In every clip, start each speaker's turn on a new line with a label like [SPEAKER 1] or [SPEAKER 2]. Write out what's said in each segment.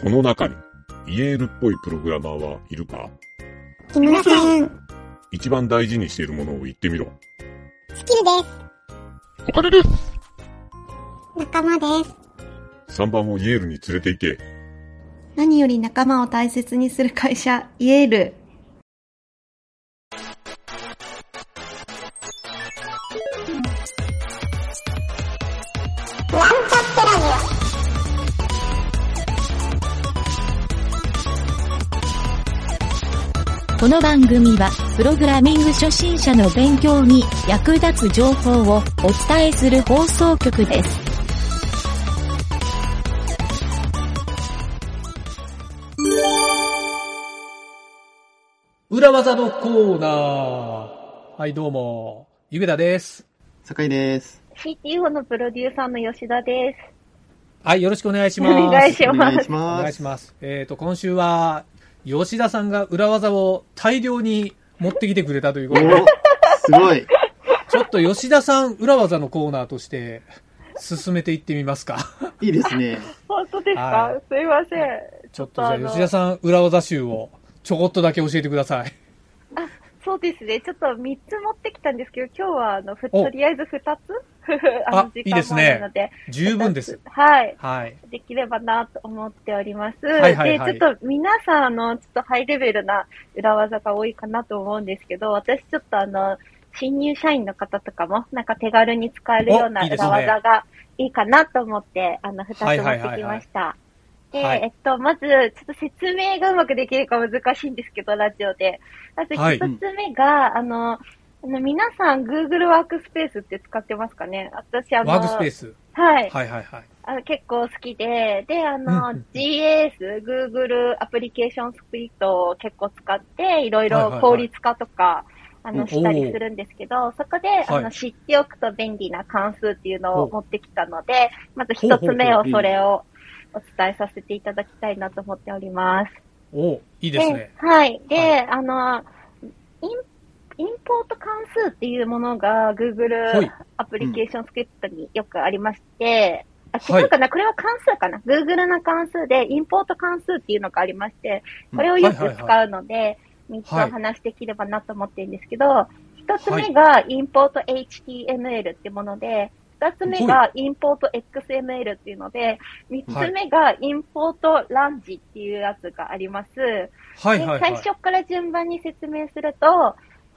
[SPEAKER 1] この中に、イエールっぽいプログラマーはいるか
[SPEAKER 2] 木村さん、
[SPEAKER 1] 一番大事にしているものを言ってみろ。
[SPEAKER 2] スキルです。
[SPEAKER 3] お金です。
[SPEAKER 2] 仲間です。
[SPEAKER 1] 3番をイエールに連れて行け。
[SPEAKER 4] 何より仲間を大切にする会社、イエール。
[SPEAKER 5] この番組は、プログラミング初心者の勉強に役立つ情報をお伝えする放送局です。
[SPEAKER 6] 裏技のコーナー。はい、どうも。ゆげたです。
[SPEAKER 7] 酒井です。
[SPEAKER 8] CTO のプロデューサーの吉田です。
[SPEAKER 6] はい、よろしくお願いし
[SPEAKER 8] お
[SPEAKER 6] ます。
[SPEAKER 8] 願いし
[SPEAKER 7] お
[SPEAKER 8] ま
[SPEAKER 7] 願い
[SPEAKER 8] す。
[SPEAKER 7] します。
[SPEAKER 6] お願いします。えっ、と、今週は、吉田さんが裏技を大量に持ってきてくれたということで、
[SPEAKER 7] おすごい。
[SPEAKER 6] ちょっと吉田さん裏技のコーナーとして、進めていってみま すか。
[SPEAKER 7] いいですね。
[SPEAKER 8] 本当です
[SPEAKER 6] は
[SPEAKER 8] かすいません。
[SPEAKER 6] ちょっとじゃあ吉田さん裏技集をちょこっとだけ教えてください。
[SPEAKER 8] そうですね。ちょっと3つ持ってきたんですけど、今日は、あの、ふ
[SPEAKER 6] お
[SPEAKER 8] とりあえず2つ
[SPEAKER 6] あ
[SPEAKER 8] あの、時
[SPEAKER 6] いいで
[SPEAKER 8] 間
[SPEAKER 6] す
[SPEAKER 8] も
[SPEAKER 6] ね
[SPEAKER 8] あるので。
[SPEAKER 6] 十 分です。
[SPEAKER 8] はい。
[SPEAKER 6] はい。
[SPEAKER 8] できればなと思っております。
[SPEAKER 6] いはいはい
[SPEAKER 8] で、ちょっと皆さん、あの、ちょっとハイレベルな裏技が多いかなと思うんですけど、私ちょっとあの、新入社員の方とかも、なんか手軽に使えるよう
[SPEAKER 6] お
[SPEAKER 8] ない
[SPEAKER 6] いです
[SPEAKER 8] 裏
[SPEAKER 6] ね
[SPEAKER 8] 技がいいかなと思って、あの、二つ持
[SPEAKER 6] はいはい
[SPEAKER 8] っ
[SPEAKER 6] は
[SPEAKER 8] て
[SPEAKER 6] い
[SPEAKER 8] き
[SPEAKER 6] はい
[SPEAKER 8] ました。で、
[SPEAKER 6] はい
[SPEAKER 8] えっと、まず、ちょっと説明がうまくできるか難しいんですけど、ラジオで。まず
[SPEAKER 6] はい
[SPEAKER 8] 一つ目が、あの、あの皆さん Google ワークスペースって使ってますかね私、あの、
[SPEAKER 6] ワークスペース。
[SPEAKER 8] はい。
[SPEAKER 6] はいはいはい。
[SPEAKER 8] あの結構好きで、で、あ
[SPEAKER 6] うんう
[SPEAKER 8] の
[SPEAKER 6] ん、
[SPEAKER 8] GS、Google アプリケーションスプリットを結構使って、いろい
[SPEAKER 6] はいはいは
[SPEAKER 8] ろ
[SPEAKER 6] い
[SPEAKER 8] 効率化とか、あ
[SPEAKER 6] お
[SPEAKER 8] の、したりするんですけど、そこで、あ
[SPEAKER 6] はい
[SPEAKER 8] の、知っておくと便利な関数っていうのを
[SPEAKER 6] お
[SPEAKER 8] 持ってきたので、まず一つ目
[SPEAKER 7] ほうほう
[SPEAKER 8] を
[SPEAKER 7] ほう
[SPEAKER 8] それをお伝えさせていただきたいなと思っております。
[SPEAKER 6] おいいですね。
[SPEAKER 8] はい。で、
[SPEAKER 6] はい
[SPEAKER 8] あの、インインポート関数っていうものが
[SPEAKER 6] はい
[SPEAKER 8] Google アプリケーションスクリプトによくありまして、あ、
[SPEAKER 6] はい
[SPEAKER 8] 違うかなこれは関数かな ?Google の関数で、インポート関数っていうのがありまして、これをよく
[SPEAKER 6] はいはいは
[SPEAKER 8] 使うので、3つお話しできればなと思ってるんですけど、1つ
[SPEAKER 6] は
[SPEAKER 8] 目
[SPEAKER 6] い
[SPEAKER 8] がインポート HTML ってもので、2つ目がインポート XML っていうので、3つ目がインポートランジっていうやつがあります。
[SPEAKER 6] はい
[SPEAKER 8] で
[SPEAKER 6] はい
[SPEAKER 8] 最
[SPEAKER 6] はい。
[SPEAKER 8] 初から順番に説明すると、
[SPEAKER 6] は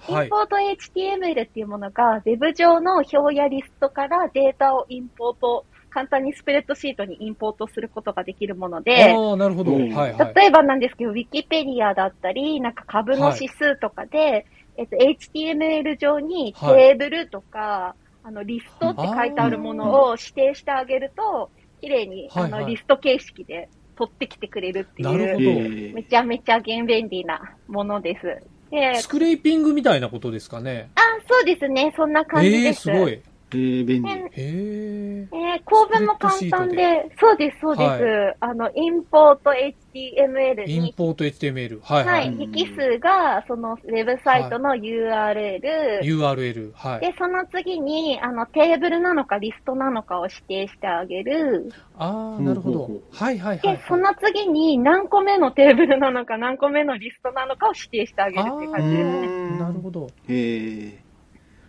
[SPEAKER 8] イン
[SPEAKER 6] い。
[SPEAKER 8] ポート HTML っていうものが Web 上の表やリストからデータをインポート、簡単にスプレッドシートにインポートすることができるもので、
[SPEAKER 6] ああ、なるほど。はいはい。
[SPEAKER 8] 例えばなんですけど、Wikipedia だったり、なんか株の指数とかで、えっと、HTML 上に
[SPEAKER 6] はい
[SPEAKER 8] テーブルとか、あの、リストって書いてあるものを指定してあげると、綺麗に、
[SPEAKER 6] はいはい
[SPEAKER 8] あの、リスト形式で取ってきてくれるってい
[SPEAKER 6] なるほ
[SPEAKER 8] う
[SPEAKER 6] ど、
[SPEAKER 7] え
[SPEAKER 8] めちゃめちゃ便利なものです。で、
[SPEAKER 6] スクレーピングみたいなことですかね。
[SPEAKER 8] あ、そうですね。そんな感じ
[SPEAKER 6] ええー、
[SPEAKER 8] です。
[SPEAKER 6] すごい。へ
[SPEAKER 7] ー、えー、便利。
[SPEAKER 6] え。
[SPEAKER 8] えー構文も簡
[SPEAKER 6] スプレッド
[SPEAKER 8] 単
[SPEAKER 6] シート
[SPEAKER 8] で、
[SPEAKER 6] で
[SPEAKER 8] そうです、そうです。
[SPEAKER 6] は
[SPEAKER 8] あの、インポート HTML
[SPEAKER 6] イン
[SPEAKER 8] に、
[SPEAKER 6] ポート HTML。はいは。
[SPEAKER 8] はいい、
[SPEAKER 7] うん
[SPEAKER 8] 引数が、その、ウェブサイトの URL、
[SPEAKER 6] URL。はい。
[SPEAKER 8] で、その次に、あの、テーブルなのかリストなのかを指定してあげる。
[SPEAKER 6] ああ、なるほ
[SPEAKER 7] ほうほ
[SPEAKER 6] ど
[SPEAKER 7] う。
[SPEAKER 6] はいはいはい。
[SPEAKER 8] で、その次に、何個目のテーブルなのか、何個目のリストなのかを指定してあげるっていう
[SPEAKER 6] あ
[SPEAKER 8] 感じですね。
[SPEAKER 7] ー
[SPEAKER 6] なるほど。
[SPEAKER 7] えー、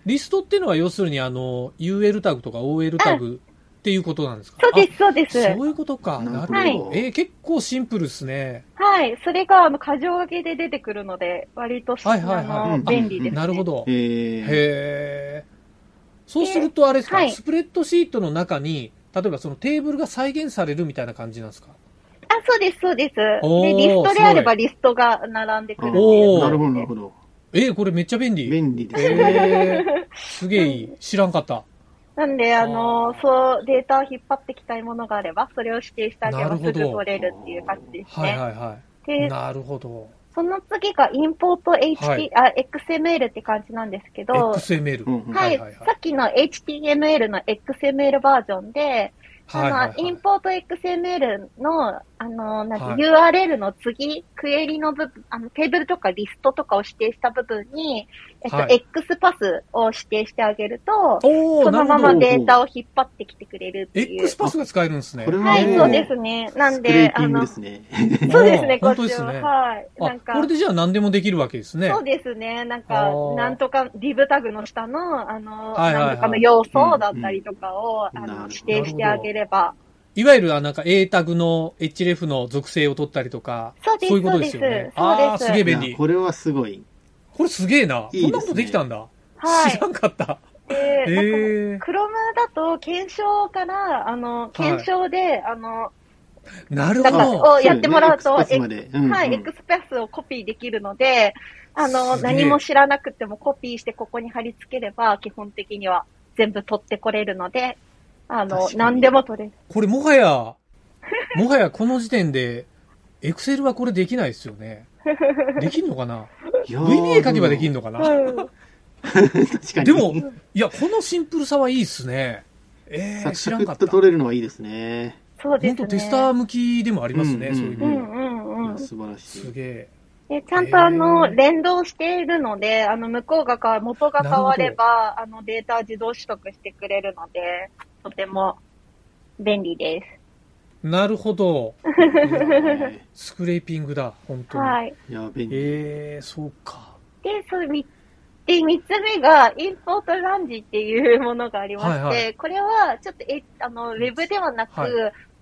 [SPEAKER 6] リストっていうのは要するにあの、UL タグとか OL タグっていうことなんですか
[SPEAKER 8] そうです、そうで
[SPEAKER 6] あ
[SPEAKER 8] す。
[SPEAKER 6] そういうことか。な
[SPEAKER 7] な
[SPEAKER 6] る
[SPEAKER 7] る
[SPEAKER 6] ほ
[SPEAKER 7] ほ
[SPEAKER 6] ど。
[SPEAKER 7] ど
[SPEAKER 6] えー結構シンプルですね。
[SPEAKER 8] はい。それが、あの、過剰書きで出てくるので、割と、
[SPEAKER 6] はいはいはい
[SPEAKER 8] あの、便利です、ね。
[SPEAKER 6] なるほど。
[SPEAKER 7] え
[SPEAKER 6] へ
[SPEAKER 7] ー、
[SPEAKER 6] え。そうするとあれですか、
[SPEAKER 8] はい
[SPEAKER 6] スプレッドシートの中に、例えばそのテーブルが再現されるみたいな感じなんですか
[SPEAKER 8] あ、そうです、そうです。で、
[SPEAKER 6] おー
[SPEAKER 8] リストであればリストが並んでくるってい
[SPEAKER 6] お
[SPEAKER 8] う。
[SPEAKER 6] ー
[SPEAKER 7] なるほど、なるほど。
[SPEAKER 6] えーこれめっちゃ便利。
[SPEAKER 7] 便利ですね。
[SPEAKER 6] えー、すげえいい。知らんかった。
[SPEAKER 8] なんで、あの
[SPEAKER 6] はあ、
[SPEAKER 8] そう、データを引っ張ってきたいものがあれば、それを指定してあげれ
[SPEAKER 6] な
[SPEAKER 8] ば
[SPEAKER 6] るほど
[SPEAKER 8] すぐ取れるっていう感じですね。
[SPEAKER 6] はいはいは
[SPEAKER 8] で
[SPEAKER 6] い。、なるほど。
[SPEAKER 8] その次がインポート HT、
[SPEAKER 6] はい
[SPEAKER 8] あ、XML って感じなんですけど、は
[SPEAKER 6] XML。
[SPEAKER 7] うんうん
[SPEAKER 6] はい
[SPEAKER 8] い、
[SPEAKER 6] はいはい
[SPEAKER 8] さっきの HTML の XML バージョンで、
[SPEAKER 6] はいは
[SPEAKER 8] あ
[SPEAKER 6] い
[SPEAKER 8] の、イン
[SPEAKER 6] は
[SPEAKER 8] ポート XML の、ああの、なんて、
[SPEAKER 6] はい
[SPEAKER 8] URL の次、クエリの部分、あの、テーブルとかリストとかを指定した部分に、えっと、
[SPEAKER 6] はい
[SPEAKER 8] X パスを指定してあげると、
[SPEAKER 6] お
[SPEAKER 8] そ
[SPEAKER 6] お
[SPEAKER 8] の
[SPEAKER 6] な
[SPEAKER 8] ま
[SPEAKER 6] る
[SPEAKER 8] ま
[SPEAKER 6] ほど。
[SPEAKER 8] データを引っ張ってきてくれるっていう
[SPEAKER 6] X。パスが使えるんですね。
[SPEAKER 7] これ
[SPEAKER 8] は、
[SPEAKER 7] はいも
[SPEAKER 8] そうですね。なん
[SPEAKER 7] スクレ
[SPEAKER 8] で、
[SPEAKER 7] ーピ
[SPEAKER 8] あ
[SPEAKER 7] ング
[SPEAKER 8] の
[SPEAKER 7] で、すね。
[SPEAKER 8] そうですね、
[SPEAKER 6] おー
[SPEAKER 8] こ
[SPEAKER 6] 本
[SPEAKER 8] っ
[SPEAKER 6] 当で
[SPEAKER 8] ち
[SPEAKER 6] すね。
[SPEAKER 8] は。はい。なん
[SPEAKER 6] あ、
[SPEAKER 8] か、
[SPEAKER 6] これでじゃあ何でもできるわけですね。
[SPEAKER 8] そうですね。なんか
[SPEAKER 6] あ、ー
[SPEAKER 8] なんとか、リブタグの下の、あの、
[SPEAKER 6] はいはいはい
[SPEAKER 8] なんとかの要素だったりとかを、
[SPEAKER 7] うんうん
[SPEAKER 8] あ
[SPEAKER 7] なる
[SPEAKER 8] の
[SPEAKER 7] ほど
[SPEAKER 8] 指定してあげれば。
[SPEAKER 6] いわゆるあなんか A タグの HRF の属性を取ったりとか、
[SPEAKER 8] そうです
[SPEAKER 6] そういうことですよ
[SPEAKER 8] そうで
[SPEAKER 6] ね
[SPEAKER 8] す。
[SPEAKER 6] ああ、
[SPEAKER 8] そうです
[SPEAKER 6] すげえ便
[SPEAKER 7] い
[SPEAKER 6] 利。
[SPEAKER 7] やこれはすごい。
[SPEAKER 6] これすげえな。
[SPEAKER 7] いいです
[SPEAKER 6] こ
[SPEAKER 7] ね
[SPEAKER 6] んなことできたんだ。
[SPEAKER 8] は
[SPEAKER 6] 知
[SPEAKER 8] い
[SPEAKER 6] ら。んかった。
[SPEAKER 8] で、なんか
[SPEAKER 6] ええ
[SPEAKER 8] クロムだと、検証から、あの、検証で、あの、
[SPEAKER 6] なる
[SPEAKER 8] な
[SPEAKER 6] ほ
[SPEAKER 8] んか、
[SPEAKER 6] ど。
[SPEAKER 8] をやってもらうと、
[SPEAKER 7] そうよね X パスまでうんうん
[SPEAKER 8] はい、エクスプレスをコピーできるので、あの、
[SPEAKER 6] すげえ
[SPEAKER 8] 何も知らなくてもコピーしてここに貼り付ければ、基本的には全部取ってこれるので、あ
[SPEAKER 7] 確
[SPEAKER 8] の
[SPEAKER 7] か、に
[SPEAKER 8] 何でも取れる。
[SPEAKER 6] これもはや、 もはやこの時点で、エクセルはこれできないですよね。できんの かない
[SPEAKER 7] やー
[SPEAKER 6] ?VBA 書けばできる
[SPEAKER 7] の
[SPEAKER 6] のかな
[SPEAKER 8] うん。
[SPEAKER 7] 確かに。
[SPEAKER 6] でも、いや、このシンプルさはいいですね。ええ
[SPEAKER 7] サク
[SPEAKER 6] 知
[SPEAKER 7] サ
[SPEAKER 6] ら
[SPEAKER 7] ク
[SPEAKER 6] んか
[SPEAKER 7] っ
[SPEAKER 6] った
[SPEAKER 7] と。取れるのはいいですね。
[SPEAKER 8] そうですね。
[SPEAKER 6] 本当テスター向きでもありますね、
[SPEAKER 7] うん
[SPEAKER 6] そういうう
[SPEAKER 7] う
[SPEAKER 6] 意
[SPEAKER 7] ー
[SPEAKER 8] う
[SPEAKER 6] 味では
[SPEAKER 8] んうんうん。
[SPEAKER 7] 素晴らし
[SPEAKER 6] す
[SPEAKER 7] い。
[SPEAKER 6] げえ。
[SPEAKER 8] でちゃんとあの、
[SPEAKER 6] へー
[SPEAKER 8] 連動しているので、あの、向こうが変わ、元が変われば、あの、データは自動取得してくれるので、とても便利で
[SPEAKER 6] なるほど。
[SPEAKER 7] え
[SPEAKER 6] スクレーピングだ、本
[SPEAKER 8] す。
[SPEAKER 6] 当に。
[SPEAKER 8] はい。
[SPEAKER 7] ーいや、便利。
[SPEAKER 6] ええそうか。
[SPEAKER 8] で、それみで、三つ目が、インポートランジっていうものがありまして、
[SPEAKER 6] はいは
[SPEAKER 8] これは、ちょっと、え、あの、ウェブではなく、
[SPEAKER 6] はい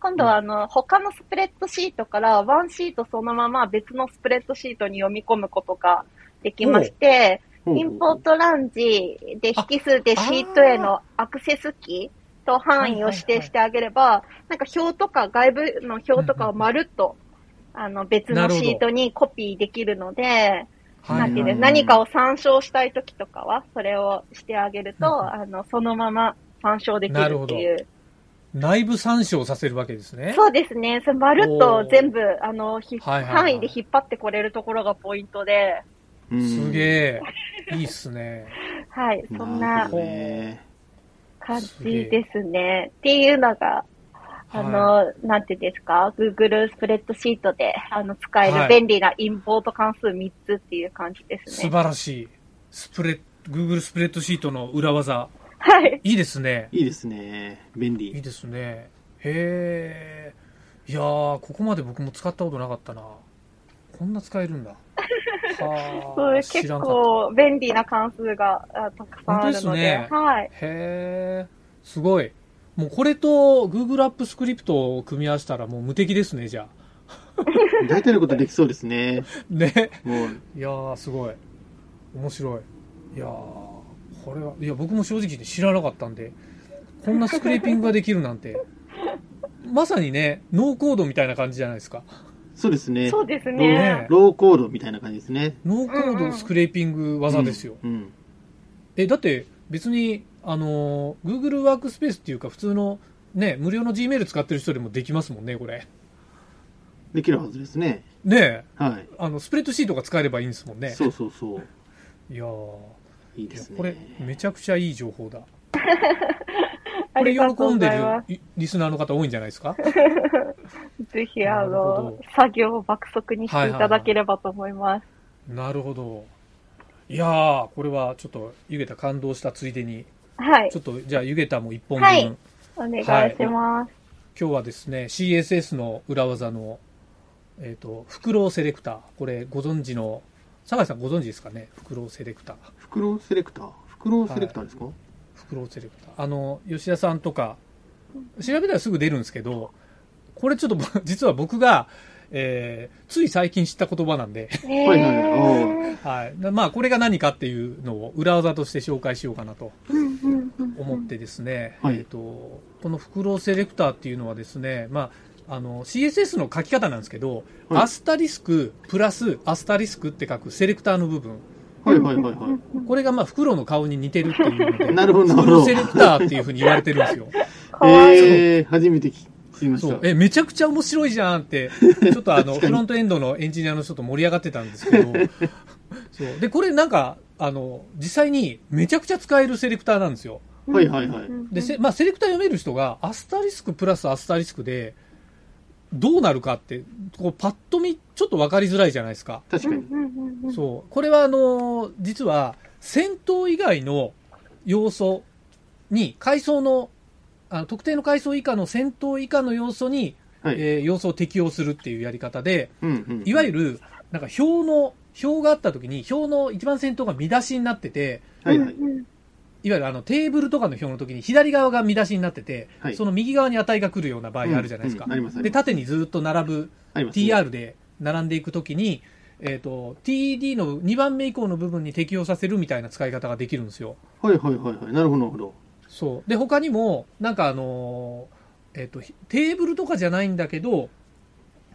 [SPEAKER 8] 今度は、あの、他のスプレッドシートから、ワンシートそのまま別のスプレッドシートに読み込むことができまして、
[SPEAKER 7] ほう
[SPEAKER 8] インポートランジで引数でシートへのアクセスキーと範囲を指定してあげれば、なんか表とか外部の表とかをまるっと、あの別
[SPEAKER 6] な
[SPEAKER 8] の
[SPEAKER 6] るほど
[SPEAKER 8] シートにコピーできるので、
[SPEAKER 6] は
[SPEAKER 8] ないん
[SPEAKER 6] は
[SPEAKER 8] ていう
[SPEAKER 6] いは
[SPEAKER 8] の
[SPEAKER 6] い。
[SPEAKER 8] 何かを参照したいときとかは、それをしてあげる
[SPEAKER 6] うんう
[SPEAKER 8] と、あの、そのまま参照できるっていう。
[SPEAKER 6] 内部参照させるわけですね。
[SPEAKER 8] そうですね。それまるっと全部、あの、ひ
[SPEAKER 6] はいはいはい
[SPEAKER 8] 範囲で引っ張ってこれるところがポイントで、
[SPEAKER 7] うん
[SPEAKER 6] すげえ。いいっすね。
[SPEAKER 8] はい、そんな
[SPEAKER 7] るほどね
[SPEAKER 8] 感じですね。っていうのが、あの、なんていうんですか、Google スプレッドシートで、あの、使え
[SPEAKER 6] は
[SPEAKER 8] る
[SPEAKER 6] い
[SPEAKER 8] 便利なインポート関数3つっていう感じです
[SPEAKER 6] 素
[SPEAKER 8] ね。
[SPEAKER 6] 晴らしい。スプレッ、Google スプレッドシートの裏技。
[SPEAKER 8] はい。
[SPEAKER 6] いいですね。
[SPEAKER 7] いいですね。便
[SPEAKER 6] いい
[SPEAKER 7] 利。
[SPEAKER 6] ですね。へえ。いやー、ここまで僕も使ったことなかったな。こんな使える んだ。
[SPEAKER 8] そう
[SPEAKER 6] は
[SPEAKER 8] いう
[SPEAKER 6] あ、知
[SPEAKER 8] 結
[SPEAKER 6] らんかった。
[SPEAKER 8] 構便利な関数があたくさんある
[SPEAKER 6] 本当
[SPEAKER 8] の
[SPEAKER 6] で
[SPEAKER 8] で、
[SPEAKER 6] すね
[SPEAKER 8] はい。
[SPEAKER 6] へえ。すごい。もうこれと Google アップスクリプトを組み合わせたらもう無敵ですね、じゃあ。
[SPEAKER 7] 大体のことできそうですね。
[SPEAKER 6] ね。
[SPEAKER 7] もう、
[SPEAKER 6] いやー、すごい。面白い。いやー、これは、いや、僕も正直ね知らなかったんで、こんなスクレーピングができるなんて、まさにね、ノーコードみたいな感じじゃないですか。
[SPEAKER 7] そうですね。
[SPEAKER 8] そうです
[SPEAKER 6] ね
[SPEAKER 8] ね。
[SPEAKER 7] ローコードみたいな感じですね。
[SPEAKER 6] ノーコードスクレーピング技ですよ。
[SPEAKER 7] うん。うん
[SPEAKER 6] え、だって別に、あのー、Google ワークスペースっていうか普通の、ね、無料の Gmail 使ってる人でもできますもんね、これ。
[SPEAKER 7] できるはずですね。
[SPEAKER 6] ねえ、
[SPEAKER 7] はい。
[SPEAKER 6] あの、スプレッドシートが使えればいいんですもんね。
[SPEAKER 7] そうそうそう。
[SPEAKER 6] いやー、
[SPEAKER 7] いい
[SPEAKER 6] い
[SPEAKER 7] で
[SPEAKER 6] や
[SPEAKER 7] すね。
[SPEAKER 6] これめちゃくちゃいい情報だ。
[SPEAKER 8] あ
[SPEAKER 6] これ
[SPEAKER 8] りがとう
[SPEAKER 6] 喜
[SPEAKER 8] ご
[SPEAKER 6] んで
[SPEAKER 8] ざ
[SPEAKER 6] る
[SPEAKER 8] いま
[SPEAKER 6] リリスナーの方多いんじゃないですか
[SPEAKER 8] す。ぜひ、あ
[SPEAKER 6] なるほ
[SPEAKER 8] の
[SPEAKER 6] ど、
[SPEAKER 8] 作業を爆速にしていただければと思います。
[SPEAKER 6] なるほど。いやー、これはちょっと、湯げた感動したついでに、
[SPEAKER 8] はい
[SPEAKER 6] ち。ょっと、じゃあ、湯げたも一本分、
[SPEAKER 8] はい
[SPEAKER 6] 今
[SPEAKER 8] お願い
[SPEAKER 6] はい
[SPEAKER 8] します。
[SPEAKER 6] 日はですね、CSS の裏技の、えっ、と、フクロウセレクター。これ、ご存知の、酒井さんご存知ですかねフクロウセレクター。
[SPEAKER 7] フクロウセレクターフクロウセレクターですか、
[SPEAKER 6] フクロウセレクター。あの、吉田さんとか、調べたらすぐ出るんですけど、これちょっと 僕、実は僕が、えーつい最近知った言葉なんで、
[SPEAKER 8] え
[SPEAKER 7] はいはいはい
[SPEAKER 8] ー
[SPEAKER 6] はい。まあ、これが何かっていうのを裏技として紹介しようかなと
[SPEAKER 2] うんうんうん
[SPEAKER 6] 思ってですね、
[SPEAKER 7] はい
[SPEAKER 6] えー、とこのフクロウセレクターっていうのはですね、まあ、あの CSS の書き方なんですけど、
[SPEAKER 7] はい
[SPEAKER 6] アスタリスクプラスアスタリスクって書くセレクターの部分
[SPEAKER 7] はいはいはいは
[SPEAKER 6] これがまあフクロウの顔に似てるっていうので
[SPEAKER 7] い。 なるほ
[SPEAKER 6] フ
[SPEAKER 7] ど
[SPEAKER 6] ク
[SPEAKER 7] なる
[SPEAKER 6] ロ
[SPEAKER 7] ほ
[SPEAKER 6] ウ
[SPEAKER 7] ど
[SPEAKER 6] セ。レクターっていうふうに言われてるんです よ
[SPEAKER 8] かわいい。
[SPEAKER 7] えー、初めて聞きまし
[SPEAKER 6] そう
[SPEAKER 7] た。
[SPEAKER 6] えめちゃくちゃ面白いじゃん ってちょっとあのフロントエンドのエンジニアの人と盛り上がってたんです けどそうでこれなんかあの実際にめちゃくちゃ使えるセレクターなんですよ
[SPEAKER 7] はいはいはい。
[SPEAKER 6] で、せまあ、セレクター読める人が、アスタリスクプラスアスタリスクで、どうなるかって、こうパッと見ちょっと分かりづらいじゃないですか。
[SPEAKER 7] 確かに。
[SPEAKER 6] そう。これはあのー実は、戦闘以外の要素に、階層の、あの特定の階層以下の戦闘以下の要素に、
[SPEAKER 7] はい
[SPEAKER 6] えー要素を適用するっていうやり方で、
[SPEAKER 7] うんうん。
[SPEAKER 6] いわゆ
[SPEAKER 7] る、
[SPEAKER 6] る、なんか表の、表があった時に、表の一番先頭が見出しになってて、
[SPEAKER 7] はいはい。
[SPEAKER 6] いわゆるあのテーブルとかの表の時に左側が見出しになってて、
[SPEAKER 7] はい
[SPEAKER 6] その右側に値が来るような場合があるじゃないですか。
[SPEAKER 7] うんうんありますあ
[SPEAKER 6] で、
[SPEAKER 7] ります
[SPEAKER 6] 縦にずっと並ぶ
[SPEAKER 7] ありますね。
[SPEAKER 6] TR で並んでいくときに、えっと TD の2番目以降の部分に適用させるみたいな使い方ができるんですよ。
[SPEAKER 7] はいはいはいはい。なるほどなるほど。
[SPEAKER 6] そうで他にもなんかあのー、えっとひテーブルとかじゃないんだけど、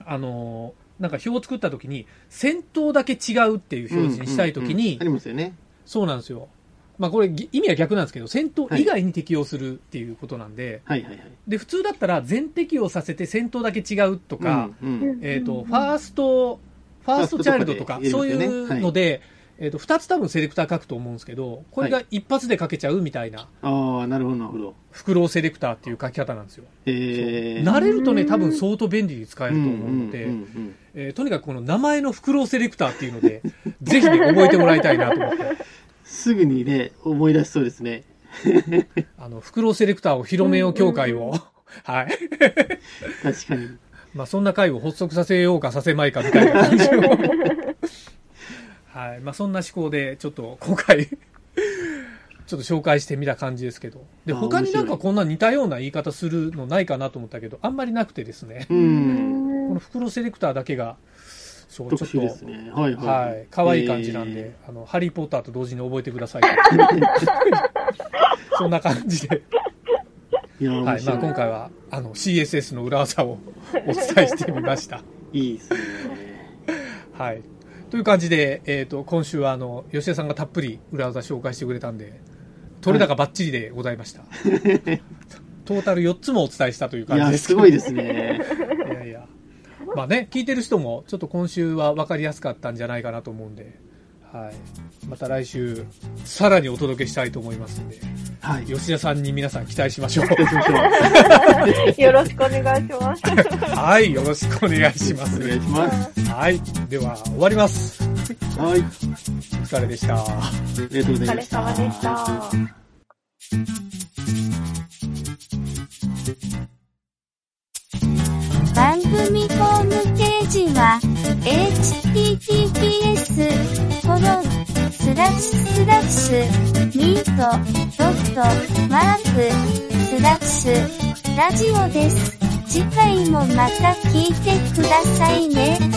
[SPEAKER 6] あのーなんか表を作ったときに先頭だけ違うっていう表示にしたいとき
[SPEAKER 7] うんうんうん
[SPEAKER 6] に、
[SPEAKER 7] ありますよね。
[SPEAKER 6] そうなんですよ。まあこれぎ意味は逆なんですけど先頭以外に適用するっていうことなんで、
[SPEAKER 7] はいはいはい。
[SPEAKER 6] で普通だったら全適用させて先頭だけ違うとか、
[SPEAKER 7] うんうん
[SPEAKER 6] えー、とファースト、ファーストチャイルドとか
[SPEAKER 7] ファ、ースト
[SPEAKER 6] そ
[SPEAKER 7] と
[SPEAKER 6] うい
[SPEAKER 7] かで入れますよね
[SPEAKER 6] うので、えー、と2つ多分セレクター書くと思うんですけど、これが一発で書けちゃうみたいな、
[SPEAKER 7] ああ、なるほどなるほど。
[SPEAKER 6] フクロウセレクターっていう書き方なんですよ。
[SPEAKER 7] えー、
[SPEAKER 6] 慣れるとね、多分相当便利に使え
[SPEAKER 7] う
[SPEAKER 6] ると
[SPEAKER 7] ん
[SPEAKER 6] 思うので、
[SPEAKER 7] うんうん
[SPEAKER 6] えーとにかくこの名前のフクロウセレクターっていうので、ぜひね、覚えてもらいたいなと思って、
[SPEAKER 7] すぐにね、思い出しそうですね。
[SPEAKER 6] あのフクロウセレクターを広めよう協会を、 はい。
[SPEAKER 7] 確かに。
[SPEAKER 6] まあ、そんな会を発足させようかさせまいかみたいな感じを。 はい。まあ、そんな思考で、ちょっと今回 、ちょっと紹介してみた感じですけど。で、
[SPEAKER 7] あー
[SPEAKER 6] 他になん
[SPEAKER 7] 面白
[SPEAKER 6] か
[SPEAKER 7] い
[SPEAKER 6] こんな似たような言い方するのないかなと思ったけど、あんまりなくてですね。
[SPEAKER 7] うん。
[SPEAKER 6] この袋セレクターだけが、そう、ち
[SPEAKER 7] 特
[SPEAKER 6] ょっ
[SPEAKER 7] 殊です
[SPEAKER 6] と、
[SPEAKER 7] ね。はいはい。
[SPEAKER 6] はい。可愛い感じなんで、
[SPEAKER 7] え
[SPEAKER 6] あの、ハリーポッターと同時に覚えてくだ さい。 そんな感じで。
[SPEAKER 7] ー。いやー、
[SPEAKER 6] は
[SPEAKER 7] 面
[SPEAKER 6] い。ま
[SPEAKER 7] 白
[SPEAKER 6] あ、
[SPEAKER 7] い。
[SPEAKER 6] 今回は、あの、CSS の裏技を お伝えしてみました。
[SPEAKER 7] いいですね。
[SPEAKER 6] はい。という感じで、えっ、と、今週は、あの、吉田さんがたっぷり裏技紹介してくれたんで、取れ高バッチリでござい ました。トータル4つもお伝えしたという
[SPEAKER 7] い
[SPEAKER 6] 感じ
[SPEAKER 7] や
[SPEAKER 6] で
[SPEAKER 7] ー、
[SPEAKER 6] すけ
[SPEAKER 7] す
[SPEAKER 6] ど。
[SPEAKER 7] ごいですね。
[SPEAKER 6] いやいや。まあね、聞いてる人も、ちょっと今週は分かりやすかったんじゃないかなと思うんで、はい。また来週、さらにお届けしたいと思いますんで、
[SPEAKER 7] はい。
[SPEAKER 6] 吉田さんに皆さん期待しま しょう。
[SPEAKER 8] よろしくお願いします。
[SPEAKER 6] はい、よろしくお願いしま
[SPEAKER 7] お
[SPEAKER 6] す。
[SPEAKER 7] 願いします。
[SPEAKER 6] はい。では、終わります。
[SPEAKER 7] はい。
[SPEAKER 6] お疲れでした。
[SPEAKER 7] ありがとうご
[SPEAKER 8] お疲
[SPEAKER 7] ざいま
[SPEAKER 8] れ
[SPEAKER 7] した。
[SPEAKER 8] 様でした。
[SPEAKER 3] 番組ホームページは https コロンスラッシュスラッシュミートドットマークスラッシュラジオです。次回もまた聞いてくださいね。